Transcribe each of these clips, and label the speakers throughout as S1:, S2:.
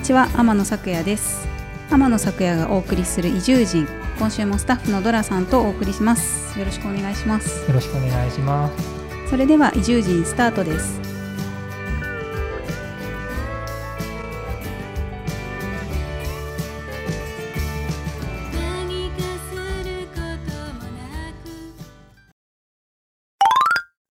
S1: ちは天野咲也です天野咲也がお送りする移住人今週もスタッフのドラさんとお送りしますよろしくお願いします
S2: よろしくお願いします。
S1: それでは移住人スタートです
S3: 何かすることもなく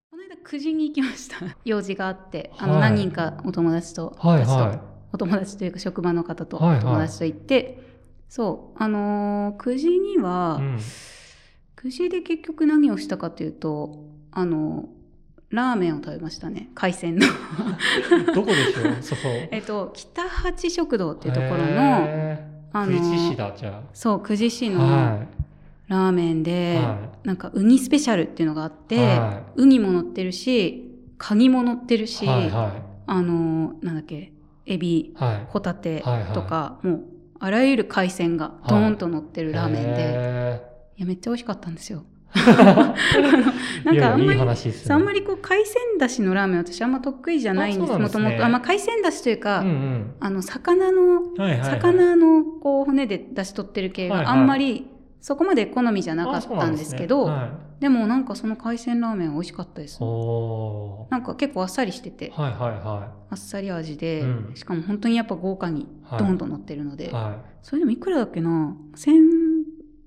S1: この間九時に行きました用事があってあの
S2: はい
S1: 何人かお友達と、
S2: はい
S1: 私と
S2: は
S1: お友達というか職場の方とお
S2: はいはい
S1: 友達と行って、そうあのー、9時には、
S2: い。うん。
S1: くじで結局何をしたかというと、あの、ラーメンを食べましたね。海鮮 の。
S2: どこでしょう。そうそう。
S1: えっと、北八食堂っていうところの、
S2: へ
S1: あ
S2: ー。
S1: の、
S2: 富士市だじゃ
S1: そう、久慈市
S2: あ。
S1: の
S2: は
S1: ラーメン
S2: い。
S1: で、
S2: は
S1: なんかウニスペシャルっていうのがあっ
S2: い。
S1: て、
S2: は
S1: ウニも乗ってるし、カニも乗ってる
S2: い。
S1: し、
S2: はい。はい。
S1: あの、なんだっけ、エビ、
S2: はい。
S1: ホタテ
S2: はいはい
S1: とか、もう、あらゆる海鮮がドーンと乗ってるラーメンで、い、
S2: へ
S1: や、めっちゃ美味しかったん ですよ。
S2: ー。
S1: なん
S2: い
S1: か
S2: や
S1: あ
S2: い
S1: んま
S2: やいい
S1: り
S2: 話です
S1: そう
S2: ね。
S1: あんまりこう海鮮だしのラーメン私あんま得意じゃないんです
S2: あそうなん
S1: も
S2: です
S1: と
S2: ね
S1: もとあ、まあ、海鮮だしというか、
S2: うん
S1: あの魚の
S2: うん。はいはいはい。
S1: 魚のこう骨で出し取ってる系
S2: はい
S1: が
S2: は
S1: あ
S2: い
S1: んまりそこまで好みじゃなか
S2: あ
S1: っ
S2: そうな
S1: たんですけどで,、
S2: ねはい
S1: もなんかその海鮮ラーメンは美味しかったです
S2: おー
S1: なんか結構あっさりしてて
S2: はいはいは
S1: あっさり味で、
S2: うん
S1: しかも本当にやっぱ豪華に
S2: はい
S1: ドーンと乗ってるので、
S2: い。は
S1: それでもいくらだっけな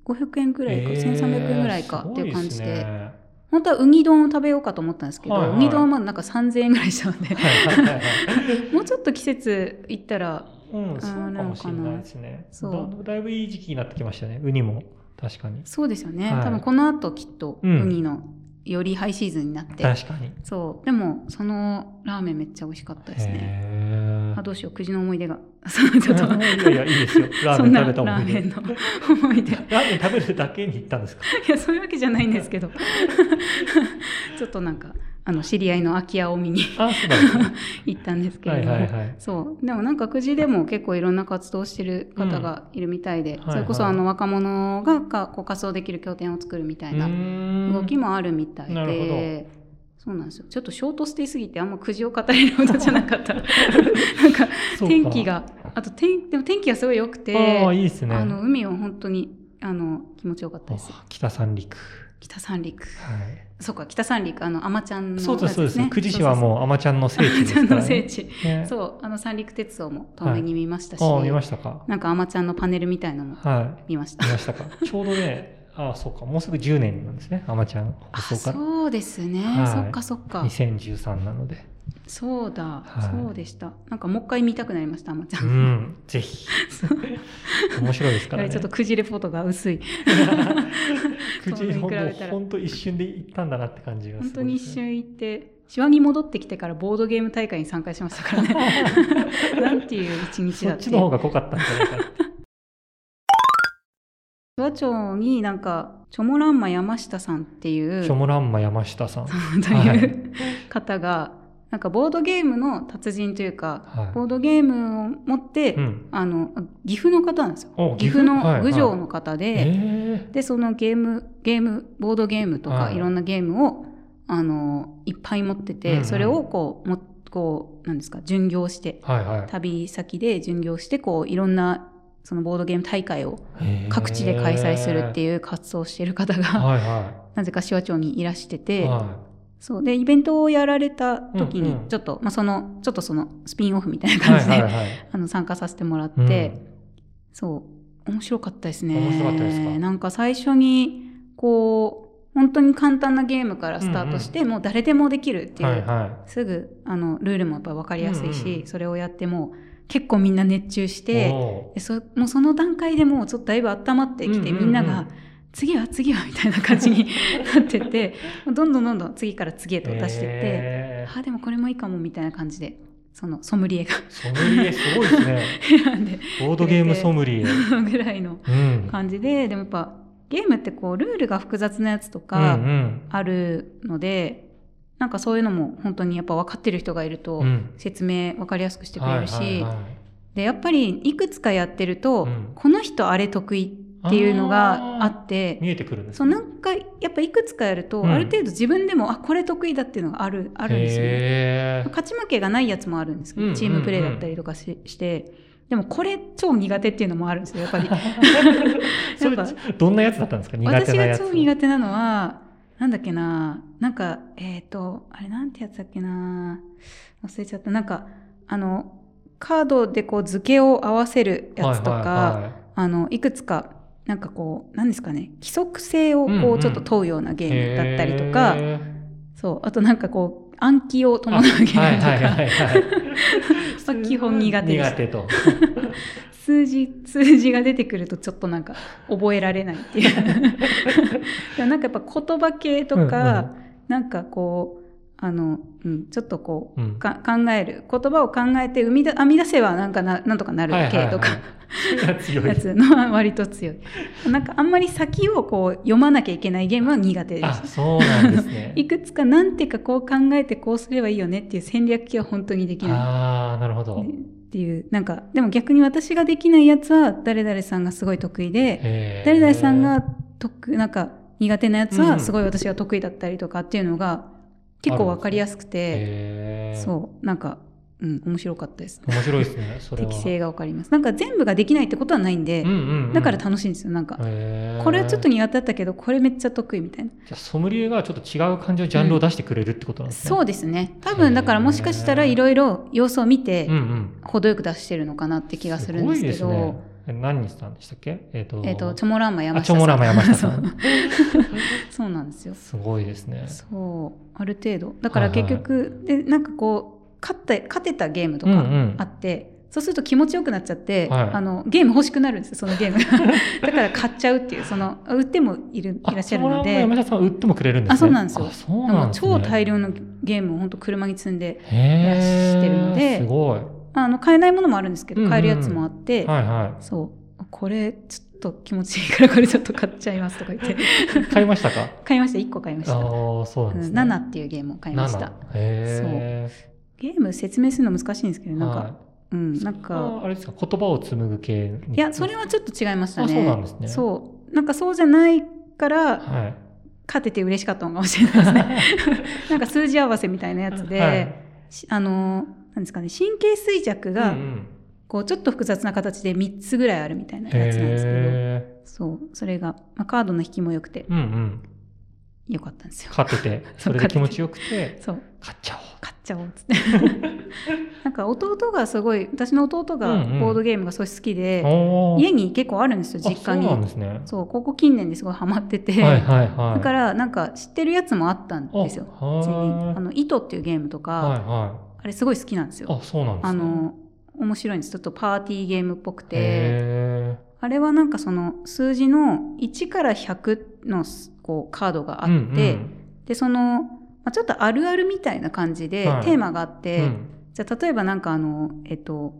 S1: 1500円ぐ
S2: い。
S1: らいか、
S2: えー
S1: 1300円ぐらいかっていう感じ
S2: す
S1: で
S2: ごいすね
S1: 本当はウニ丼を食べようかと思ったんですけど、
S2: はいはいう
S1: に丼はまだなんか3000円ぐらいしたので
S2: はいはいはいは い。
S1: もうちょっと季節行ったら
S2: うん、そうかもしれないですね。
S1: そう
S2: だだいぶいい時期になってきましたね。ウニも確かに。
S1: そうですよね、
S2: はい
S1: 多分この後きっとウ
S2: うん
S1: ニのよりハイシーズンになって、
S2: 確かに。
S1: そうでもそのラーメンめっちゃ美味しかったですね
S2: へー
S1: あどうしようくじの思い出が そうちょっと
S2: いやいやいいですよ。ラー
S1: そ
S2: メ
S1: ん
S2: ン
S1: な
S2: 食べ
S1: ラ
S2: たも
S1: ー
S2: ん
S1: メ
S2: で。
S1: ン
S2: ラ
S1: の思 い出い
S2: ーメン食べるだけに行ったんですか。
S1: やそういうわけじゃないんですけど ちょっとなんかあの知り合いの空き家を見に
S2: あ、そうなんですね。
S1: 行ったんですけ
S2: は
S1: れ
S2: い
S1: ども、
S2: はいはい。
S1: そうでもなんかくじでも結構いろんな活動をしてる方がいるみたいで、
S2: うんはいはい
S1: それこそあの若者がかこう仮想できる拠点を作るみたいな動
S2: 動
S1: きもあるみたいで、
S2: なるほ
S1: そうなんですよちょっとショートステイすぎてあんまくじを語れるほどじゃなか ったなんか天気。があと天でも天気がすごい良く
S2: そ
S1: て
S2: うかああ、いいですね。
S1: あの海は本当にあの気持ちよかったです
S2: あ北三陸。
S1: 北三陸
S2: はい。
S1: そうか北三陸あのあまちゃんの
S2: そうですそう
S1: や
S2: で
S1: つ
S2: す。久慈市はもうアマちゃんの聖地
S1: そうそ
S2: で
S1: うあまちゃんの
S2: すから
S1: 聖
S2: ね。
S1: 地
S2: ね
S1: そうあの三陸鉄道も遠目に見ましたし、
S2: ああ、見ましたか。
S1: なんかあまちゃんのパネルみたいのも
S2: はい。
S1: 見ました
S2: 見。ましたか。ちょうどね、ああ、そうか、もうすぐ10年なんですね、アマちゃん
S1: あ
S2: 放送から。
S1: そうですね、
S2: はい
S1: そっかそっか
S2: 2013なので。
S1: そうだ、
S2: はい
S1: そうでしたなんかもう一回見たくなりましたあまちゃ、
S2: うんん、ぜひ。面白いで すからね。
S1: ちょっとくじレポートが 薄い
S2: 口
S1: そ
S2: に
S1: う
S2: 本
S1: 比べた
S2: 当
S1: ら
S2: 本当一瞬で行ったんだなって感じがす
S1: 本
S2: ご
S1: 当
S2: い
S1: に
S2: で
S1: 一
S2: すね、
S1: 瞬行ってシワに戻ってきてからボードゲーム大会に参加しましたから ねなんていう一日だ
S2: そ
S1: っ
S2: ってちの方が濃かったんじゃないかなって。
S1: 諏訪町になんかチョモランマ山下さんって いう
S2: ショモランマ山下さん。は
S1: という方がなんかボードゲームの達人というかボー
S2: い。
S1: ドゲームを持って、
S2: うん。
S1: あの岐阜の方なんですよ
S2: お
S1: 岐阜の郡上
S2: はいはい
S1: の方で、
S2: え
S1: でそのゲームゲームボードゲームとか
S2: はい
S1: いろんなゲームをあのいっぱい持ってて、
S2: うんうん
S1: それをこうもこうなんですか巡業して
S2: ーはいはい
S1: 旅先で巡業してこういろんなそのボードゲーム大会を
S2: へー。
S1: 各地で開催するって
S2: い
S1: いう活動をしている方
S2: う
S1: が、
S2: はいは
S1: なぜか紫波町にいらして
S2: い。
S1: て、
S2: は
S1: そうでイベントをやられた時に
S2: うんうん。
S1: ちょっと、まあ、そのちょっとそのスピンオフみたいない
S2: は
S1: 感
S2: い
S1: じで、
S2: はいはい。
S1: あの参加させてもらって、そう面白かったですね
S2: 面白かったですか
S1: なんか最初にこう本当に簡単なゲームからスタートして、もう誰でもできるって
S2: うん
S1: いう、
S2: はいは
S1: すぐあのルールもやっぱ分かりやすいし、
S2: うんうん
S1: それをやってもう結構みんな熱中し
S2: い。
S1: て
S2: お
S1: でそもうその段階でもうちょっとだいぶ温まってきて、
S2: うんうんうん
S1: みんなが「次は次は」みたいな感じ になっててどんどんどんどん次から次へと
S2: ー
S1: 出してって、
S2: へー
S1: あでもこれもいいかもみたいな感じでそのソムリエが
S2: ソムリエすごいですね。
S1: 選んで
S2: ボードゲームソムリエ。
S1: ぐらいの
S2: うん。
S1: 感じででもやっぱゲームってこうルールが複雑なやつと
S2: う
S1: か
S2: ん
S1: あるので、なんかそういうのも本当にやっぱ分かってる人がいると
S2: うん。うん。
S1: 説明分かりやすくしてくれるし、
S2: はいはいはい
S1: でやっぱりいくつかやってると、
S2: うん
S1: この人あれ得意っていうのがあって
S2: 見えてくるんです
S1: そうなんかやっぱいくつかやると、
S2: うん
S1: ある程度自分でもあこれ得意だっていうのがあるあるんですよね。
S2: へー
S1: 勝ち負けがないやつもあるんですけど、
S2: うん
S1: チームプレーだったりとかし,、してでもこれ超苦手っていうのもあるんですよやっぱり
S2: それ
S1: やっ
S2: どんなやつだったんですか苦手
S1: 私
S2: なや
S1: が
S2: つ
S1: 超苦手なのはなんだっけななんかえっ、とあれなんてやつだっけな忘れちゃったなんかあのカードでこう図形を合わせるやつとか、
S2: はいはいはい
S1: あのいくつかなんかこう何ですかね規則性を
S2: うん
S1: こ
S2: う
S1: うんちょっと問うようなゲームだったりとか、
S2: へー
S1: そうあとなんかこう暗記を伴うゲームとか、
S2: はいはいはいはい、
S1: まあ基本苦手で
S2: 苦
S1: す
S2: 手と。
S1: 数字数字が出てくるとちょっとなんか覚えられないっていう でもなんかやっぱ言葉系とか、
S2: うん
S1: なんかこうあの、うん、ちょっとこ
S2: うん
S1: うか考える言葉を考えて生み出編み出せばなんかななんとかなる系とか、
S2: はいはいはい、強い
S1: やつのは割と強い。なんかあんまり先をこう読まなきゃいけないゲームは苦手で
S2: あ
S1: す。。
S2: そうなんですね
S1: いくつか何てかこう考えてこうすればいいよねっていう戦略系は本当にできな
S2: ああなるほ
S1: い。
S2: ど
S1: っ。ていう、なんか、でも逆に私ができないやつは誰々さんがすごい得意で、
S2: へー
S1: 誰々さんが得、なんか苦手なやつはすごい私が得意だったりとかっていうのが結構わかりやすくて、
S2: へー
S1: そう、なんか、うん、面白かったです。
S2: 面白いですね。それは。
S1: 適性がわかります。なんか全部ができないってことはないんで
S2: うん、うんうん。
S1: だから楽しいんですよ、なんか。
S2: へー
S1: これはちょっと苦手だったけどこれめっちゃ得意みたいな、
S2: じゃあソムリエがちょっと違う感じのジャンルを出してくれるってことなんですね。。
S1: そううですね多分だからもしかしたらいろいろ様子を見て
S2: うんうん。
S1: 程よく出してるのかなって気がするんですけど
S2: ごいですね。え何にしたんでしたっけ？えっ、と。
S1: えっ、とチョモランマ山
S2: あ
S1: 下さん
S2: チョモラマ山下 さ。
S1: そうんそうなんですよ
S2: すごいですね。
S1: そうある程度だから結局、でなんかこう勝った勝てたゲームと
S2: うんう
S1: か
S2: ん
S1: あって、そうすると気持ちよくなっちゃって、
S2: はい
S1: あのゲーム欲しくなるんですよそのゲーム がだから買っちゃうっていうその売ってもいるいらっしゃるの
S2: あチ
S1: で
S2: ョモラマ山下さんは売ってもくれるんですね。
S1: あそうなんですよ
S2: あそう
S1: あ
S2: なん
S1: の
S2: ですね。
S1: 超大量のゲームを本当車に積んで
S2: へ
S1: し
S2: ー
S1: てるのです
S2: ごい。
S1: あの買えないものもあるんですけど、
S2: うんうん
S1: 買えるやつもあって、
S2: はいは
S1: そうこれちょっと気持ちいいからこれちょっと買っちゃいますとか言って
S2: い。買いましたか。
S1: 買いました1個買いました、う
S2: ああ、そうなんです
S1: ん、
S2: ね。
S1: 7っていうゲームを買いました
S2: 七。へえ。
S1: ゲーム説明するの難しいんですけどなんか、
S2: はい
S1: うんなん
S2: あ
S1: か
S2: ーあれですか、言葉を紡ぐ系に
S1: いやそれはちょっと違いました
S2: あ
S1: ね
S2: そうなんですね
S1: そうなんかそうじゃないから
S2: はい。
S1: 勝てて嬉しかったのかもしれない ですねなんか数字合わせみたいなやつで、
S2: はい
S1: しあのなんですかね神経衰弱が、
S2: うんうん
S1: こうちょっと複雑な形で3つぐらいあるみたいなやつなんですけ
S2: へえ。
S1: どそうそれが、まあ、カードの引きも良くて
S2: うんうん。
S1: 良かったんですよ
S2: 勝ってて、
S1: そ
S2: そうれで気持ちよくて、
S1: そう
S2: 買っちゃ
S1: 買っちゃおうっ つってなんか弟がすごい私の弟が
S2: うんうん
S1: ボードゲームがすごい好きで
S2: おう。、おお。
S1: 家
S2: に
S1: に結構あるんですよ実家に
S2: そ
S1: そ
S2: うなん
S1: う
S2: ですね。
S1: ここ近年ですごいハマってて、
S2: はいはいはい。
S1: だかららなんか知ってるやつもあったんですようちにあ
S2: は
S1: の「糸」っていうゲームとか、
S2: いは
S1: あれすごい好きなんです
S2: い。
S1: よ
S2: あ、そうなんですね。
S1: あの面白いんですちょっとパーティーゲームっぽくて、
S2: へ
S1: あれはなんかその数字の1から100のすこうカードが
S2: ー
S1: あ
S2: う
S1: って、
S2: んうん
S1: でその、まあ、ちょっとあるあるみたいな感じで、
S2: はい
S1: テーマがあって、
S2: うん
S1: じゃあ例えばなんかあのえっと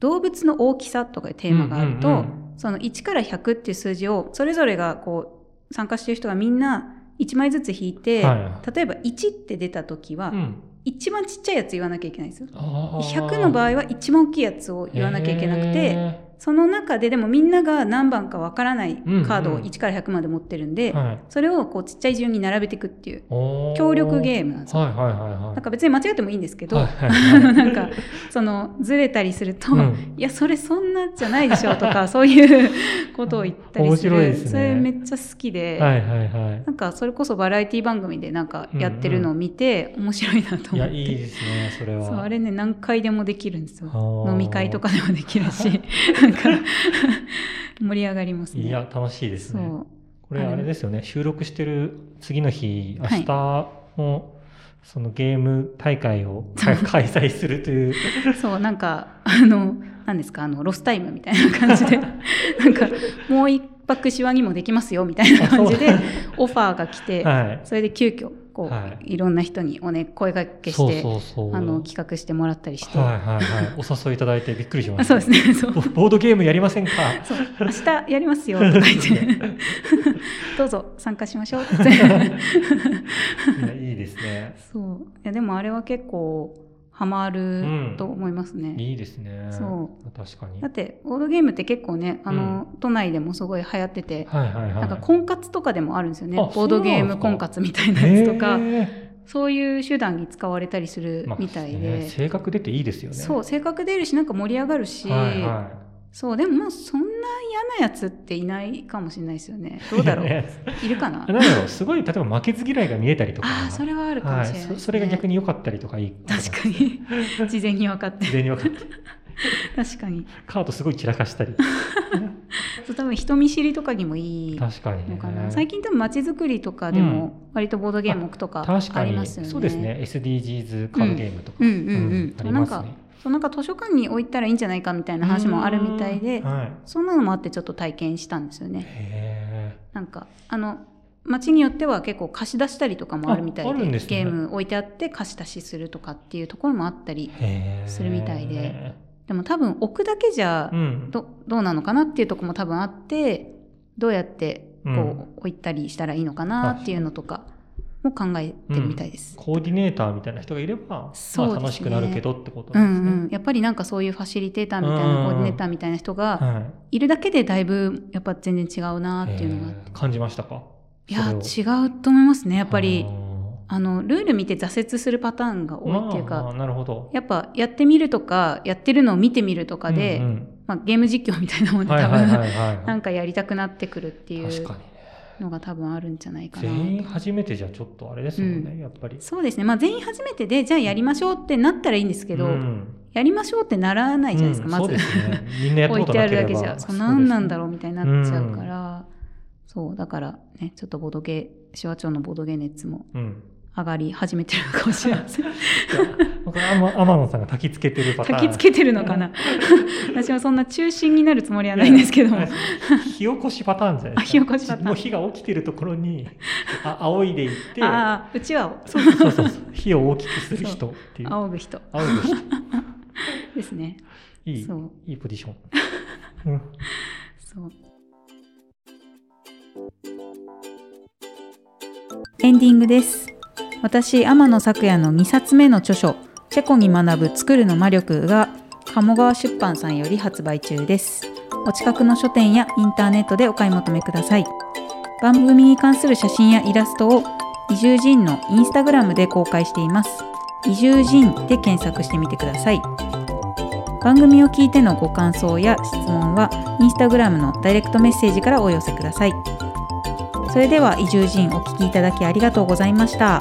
S1: 動物の大きさとかいうテーマがあると、
S2: うんうん
S1: その1から100っていう数字をそれぞれがこう参加してる人がみんな1枚ずつ引いて、
S2: は
S1: 例えば1って出た時は、
S2: うんうん
S1: 一番ちっちゃいやつ言わなきゃいけないんですよ。
S2: あー
S1: 100の場合は一番大きいやつを言わなきゃいけなくて、
S2: へ
S1: その中ででもみんなが何番かわからない
S2: うん
S1: カードを1から100まで持ってるんで、
S2: ーはい
S1: それをこうちっちゃい順に並べていくっていう
S2: おー
S1: 協力ゲームなんですよ。
S2: はいはいはいは
S1: な
S2: い。
S1: んか別に間違ってもいいんですけど、
S2: はいはいはい
S1: あの なんかそのずれたりすると、
S2: うん
S1: いやそれそんなじゃないでしょとかそういうことを言ったりする
S2: 面白いですね
S1: それめっちゃ好きで、
S2: はいはいはい。
S1: なんかそれこそバラエティ番組でなんかやってるのを見て、面白いな と
S2: い
S1: 思
S2: や、
S1: って
S2: いいですね、それは。
S1: そうあれね何回でもできるんですよ
S2: あー
S1: 飲み会とかでもできるしなんか盛り上がりますね
S2: いや、楽しいです
S1: そ
S2: ね。
S1: う
S2: これ、あれですよね、収録してる次の日、明
S1: はい
S2: 日の、そのゲーム大会を開開催する という。
S1: そうなんかあの何ですかあのロスタイムみたいな感 じでなんかもう一泊手話にもできますよみたいな感じで
S2: あ
S1: オファーが来て、
S2: はい。
S1: それで急遽こう、、
S2: はい
S1: ろんな人におね声掛けして
S2: そうそうそう。
S1: あの企画してもらったりして、
S2: はいはい はい。お誘いいただいてびっくりしま
S1: あ
S2: し
S1: そ
S2: た。
S1: うですね そう
S2: ボボードゲームやりませんか
S1: そう明日やりますよとか言って どうぞ参加しましょうって
S2: いや、いいですね。
S1: そういやでもあれは結構ハマると思いますね、
S2: いいですね。
S1: そ
S2: 確かに。
S1: だ
S2: は
S1: っ
S2: い
S1: てボードゲームって結構ねあの、都内でもすごい流行ってて、
S2: はいはい。
S1: なんか婚活とかでもあるんですよね
S2: あ
S1: ボードゲーム
S2: そうな
S1: 婚
S2: んですか
S1: 活みたいなやつとか
S2: へー
S1: そういう手段に使われたりする
S2: まあ
S1: みたいで、
S2: ね性格出ていいですよね。
S1: そう性格出るしなんか盛り上がるし、
S2: はいは
S1: そうでもまあそんな嫌なやつっていないかもしれないですよね
S2: い。
S1: どうだろう
S2: ね
S1: いるかな
S2: なんだろうすごい例えば負けず嫌いが見えたりとか。
S1: ああそれはあるかも
S2: はい
S1: しれないです、ね
S2: そそれが逆に良かったりとかいい。
S1: 確か に事前に分かって
S2: 事前に分かって
S1: 確かに
S2: カードすごい散らかしたり。
S1: そう多分人見知りとかにもいい
S2: 確かにね
S1: のかな最近多分街づくりとかでも割とボードゲーム置くとか
S2: 確
S1: あ
S2: か
S1: りま
S2: に
S1: すよね、
S2: そうですね SDGs カードゲームとか、
S1: うんうんうん
S2: あ
S1: うん
S2: り
S1: なん
S2: ます
S1: か
S2: ね
S1: そうなんか図書館に置いたらいいんじゃないかみたいな話もあるみたいで
S2: うんはい
S1: そんなのもあってちょっと体験したんですよね
S2: へ
S1: なんかあの街によっては結構貸し出したりとかもあるみたい
S2: ああるんですね
S1: ゲーム置いてあって貸し出しするとかっていうところもあったり
S2: ーへー
S1: するみたいででも多分置くだけじゃ
S2: うん
S1: どどうなのかなっていうとこも多分あってどうやってこう、
S2: うん
S1: 置いたりしたらいいのかなっていうのとかも考えてるみたいです。
S2: コーディネーターみたいな人がいれば、
S1: そ
S2: ま
S1: う
S2: あ、
S1: ですね
S2: 楽しくなるけどってこと
S1: う
S2: なんんですね、
S1: うん、やっぱりなんかそういうファシリテーターみたい
S2: うん
S1: なコーディネーターみたいな人が
S2: はい
S1: るだけでだいぶやっぱ全然違うなっていうのがあっ
S2: へー感じましたか
S1: てい
S2: そ
S1: や
S2: れを
S1: 違うと思いますねやっぱり
S2: あー
S1: あのルール見て挫折するパターンが多いっていう
S2: まあまあ
S1: か
S2: なるほど
S1: やっぱやってみるとかやってるのを見てみるとかで、
S2: うんうん
S1: まあ、ゲーム実況みたいなもの
S2: はい
S1: 多
S2: はいはい
S1: 分
S2: はい はい
S1: なんかやりたくなってくるっていう
S2: 確かにね
S1: のが多分あるんじゃないかなと
S2: 全員初めてじゃちょっとあれですもんね、やっぱり
S1: そうですね、まあ、全員初めてでじゃあやりましょうってなったらいいんですけど、
S2: うん
S1: やりましょうってならないじゃないですか、
S2: うん
S1: ま
S2: そう
S1: ず、
S2: ですね、みんなやった
S1: 置
S2: こ
S1: い
S2: と
S1: てあ
S2: なけ
S1: るだ
S2: れば
S1: けじゃそう何なんだ
S2: ろ
S1: ろうみたいになっちゃうから、そうだからねちょっとボドゲ手話町のボドゲ熱も
S2: う、うん、
S1: 上がり始めてるのかもしれません
S2: いや僕は天天野さんが焚きつけてるパターン
S1: 焚きつけてるのかな 私はそんな中心になるつもりはないんですけども
S2: いや 火起こしパターンじゃないです
S1: あ火
S2: か
S1: 起こしパターン
S2: もう火が起きてるところにあ仰いでいって
S1: ああうちは
S2: そうそうそうそう火を大きくする人 っていう
S1: 仰ぐ人
S2: 仰ぐ人
S1: ですね
S2: いい
S1: そう
S2: いいポジ ション、うん
S1: そうエンディングです私天野咲也の2冊目の著書「チェコに学ぶ作るの魔力」が鴨川出版さんより発売中ですお近くの書店やインターネットでお買い求めください番組に関する写真やイラストを移住人のインスタグラムで公開しています移住人で検索してみてください番組を聞いてのご感想や質問はインスタグラムのダイレクトメッセージからお寄せくださいそれでは移住人お聞きいただきありがとうございました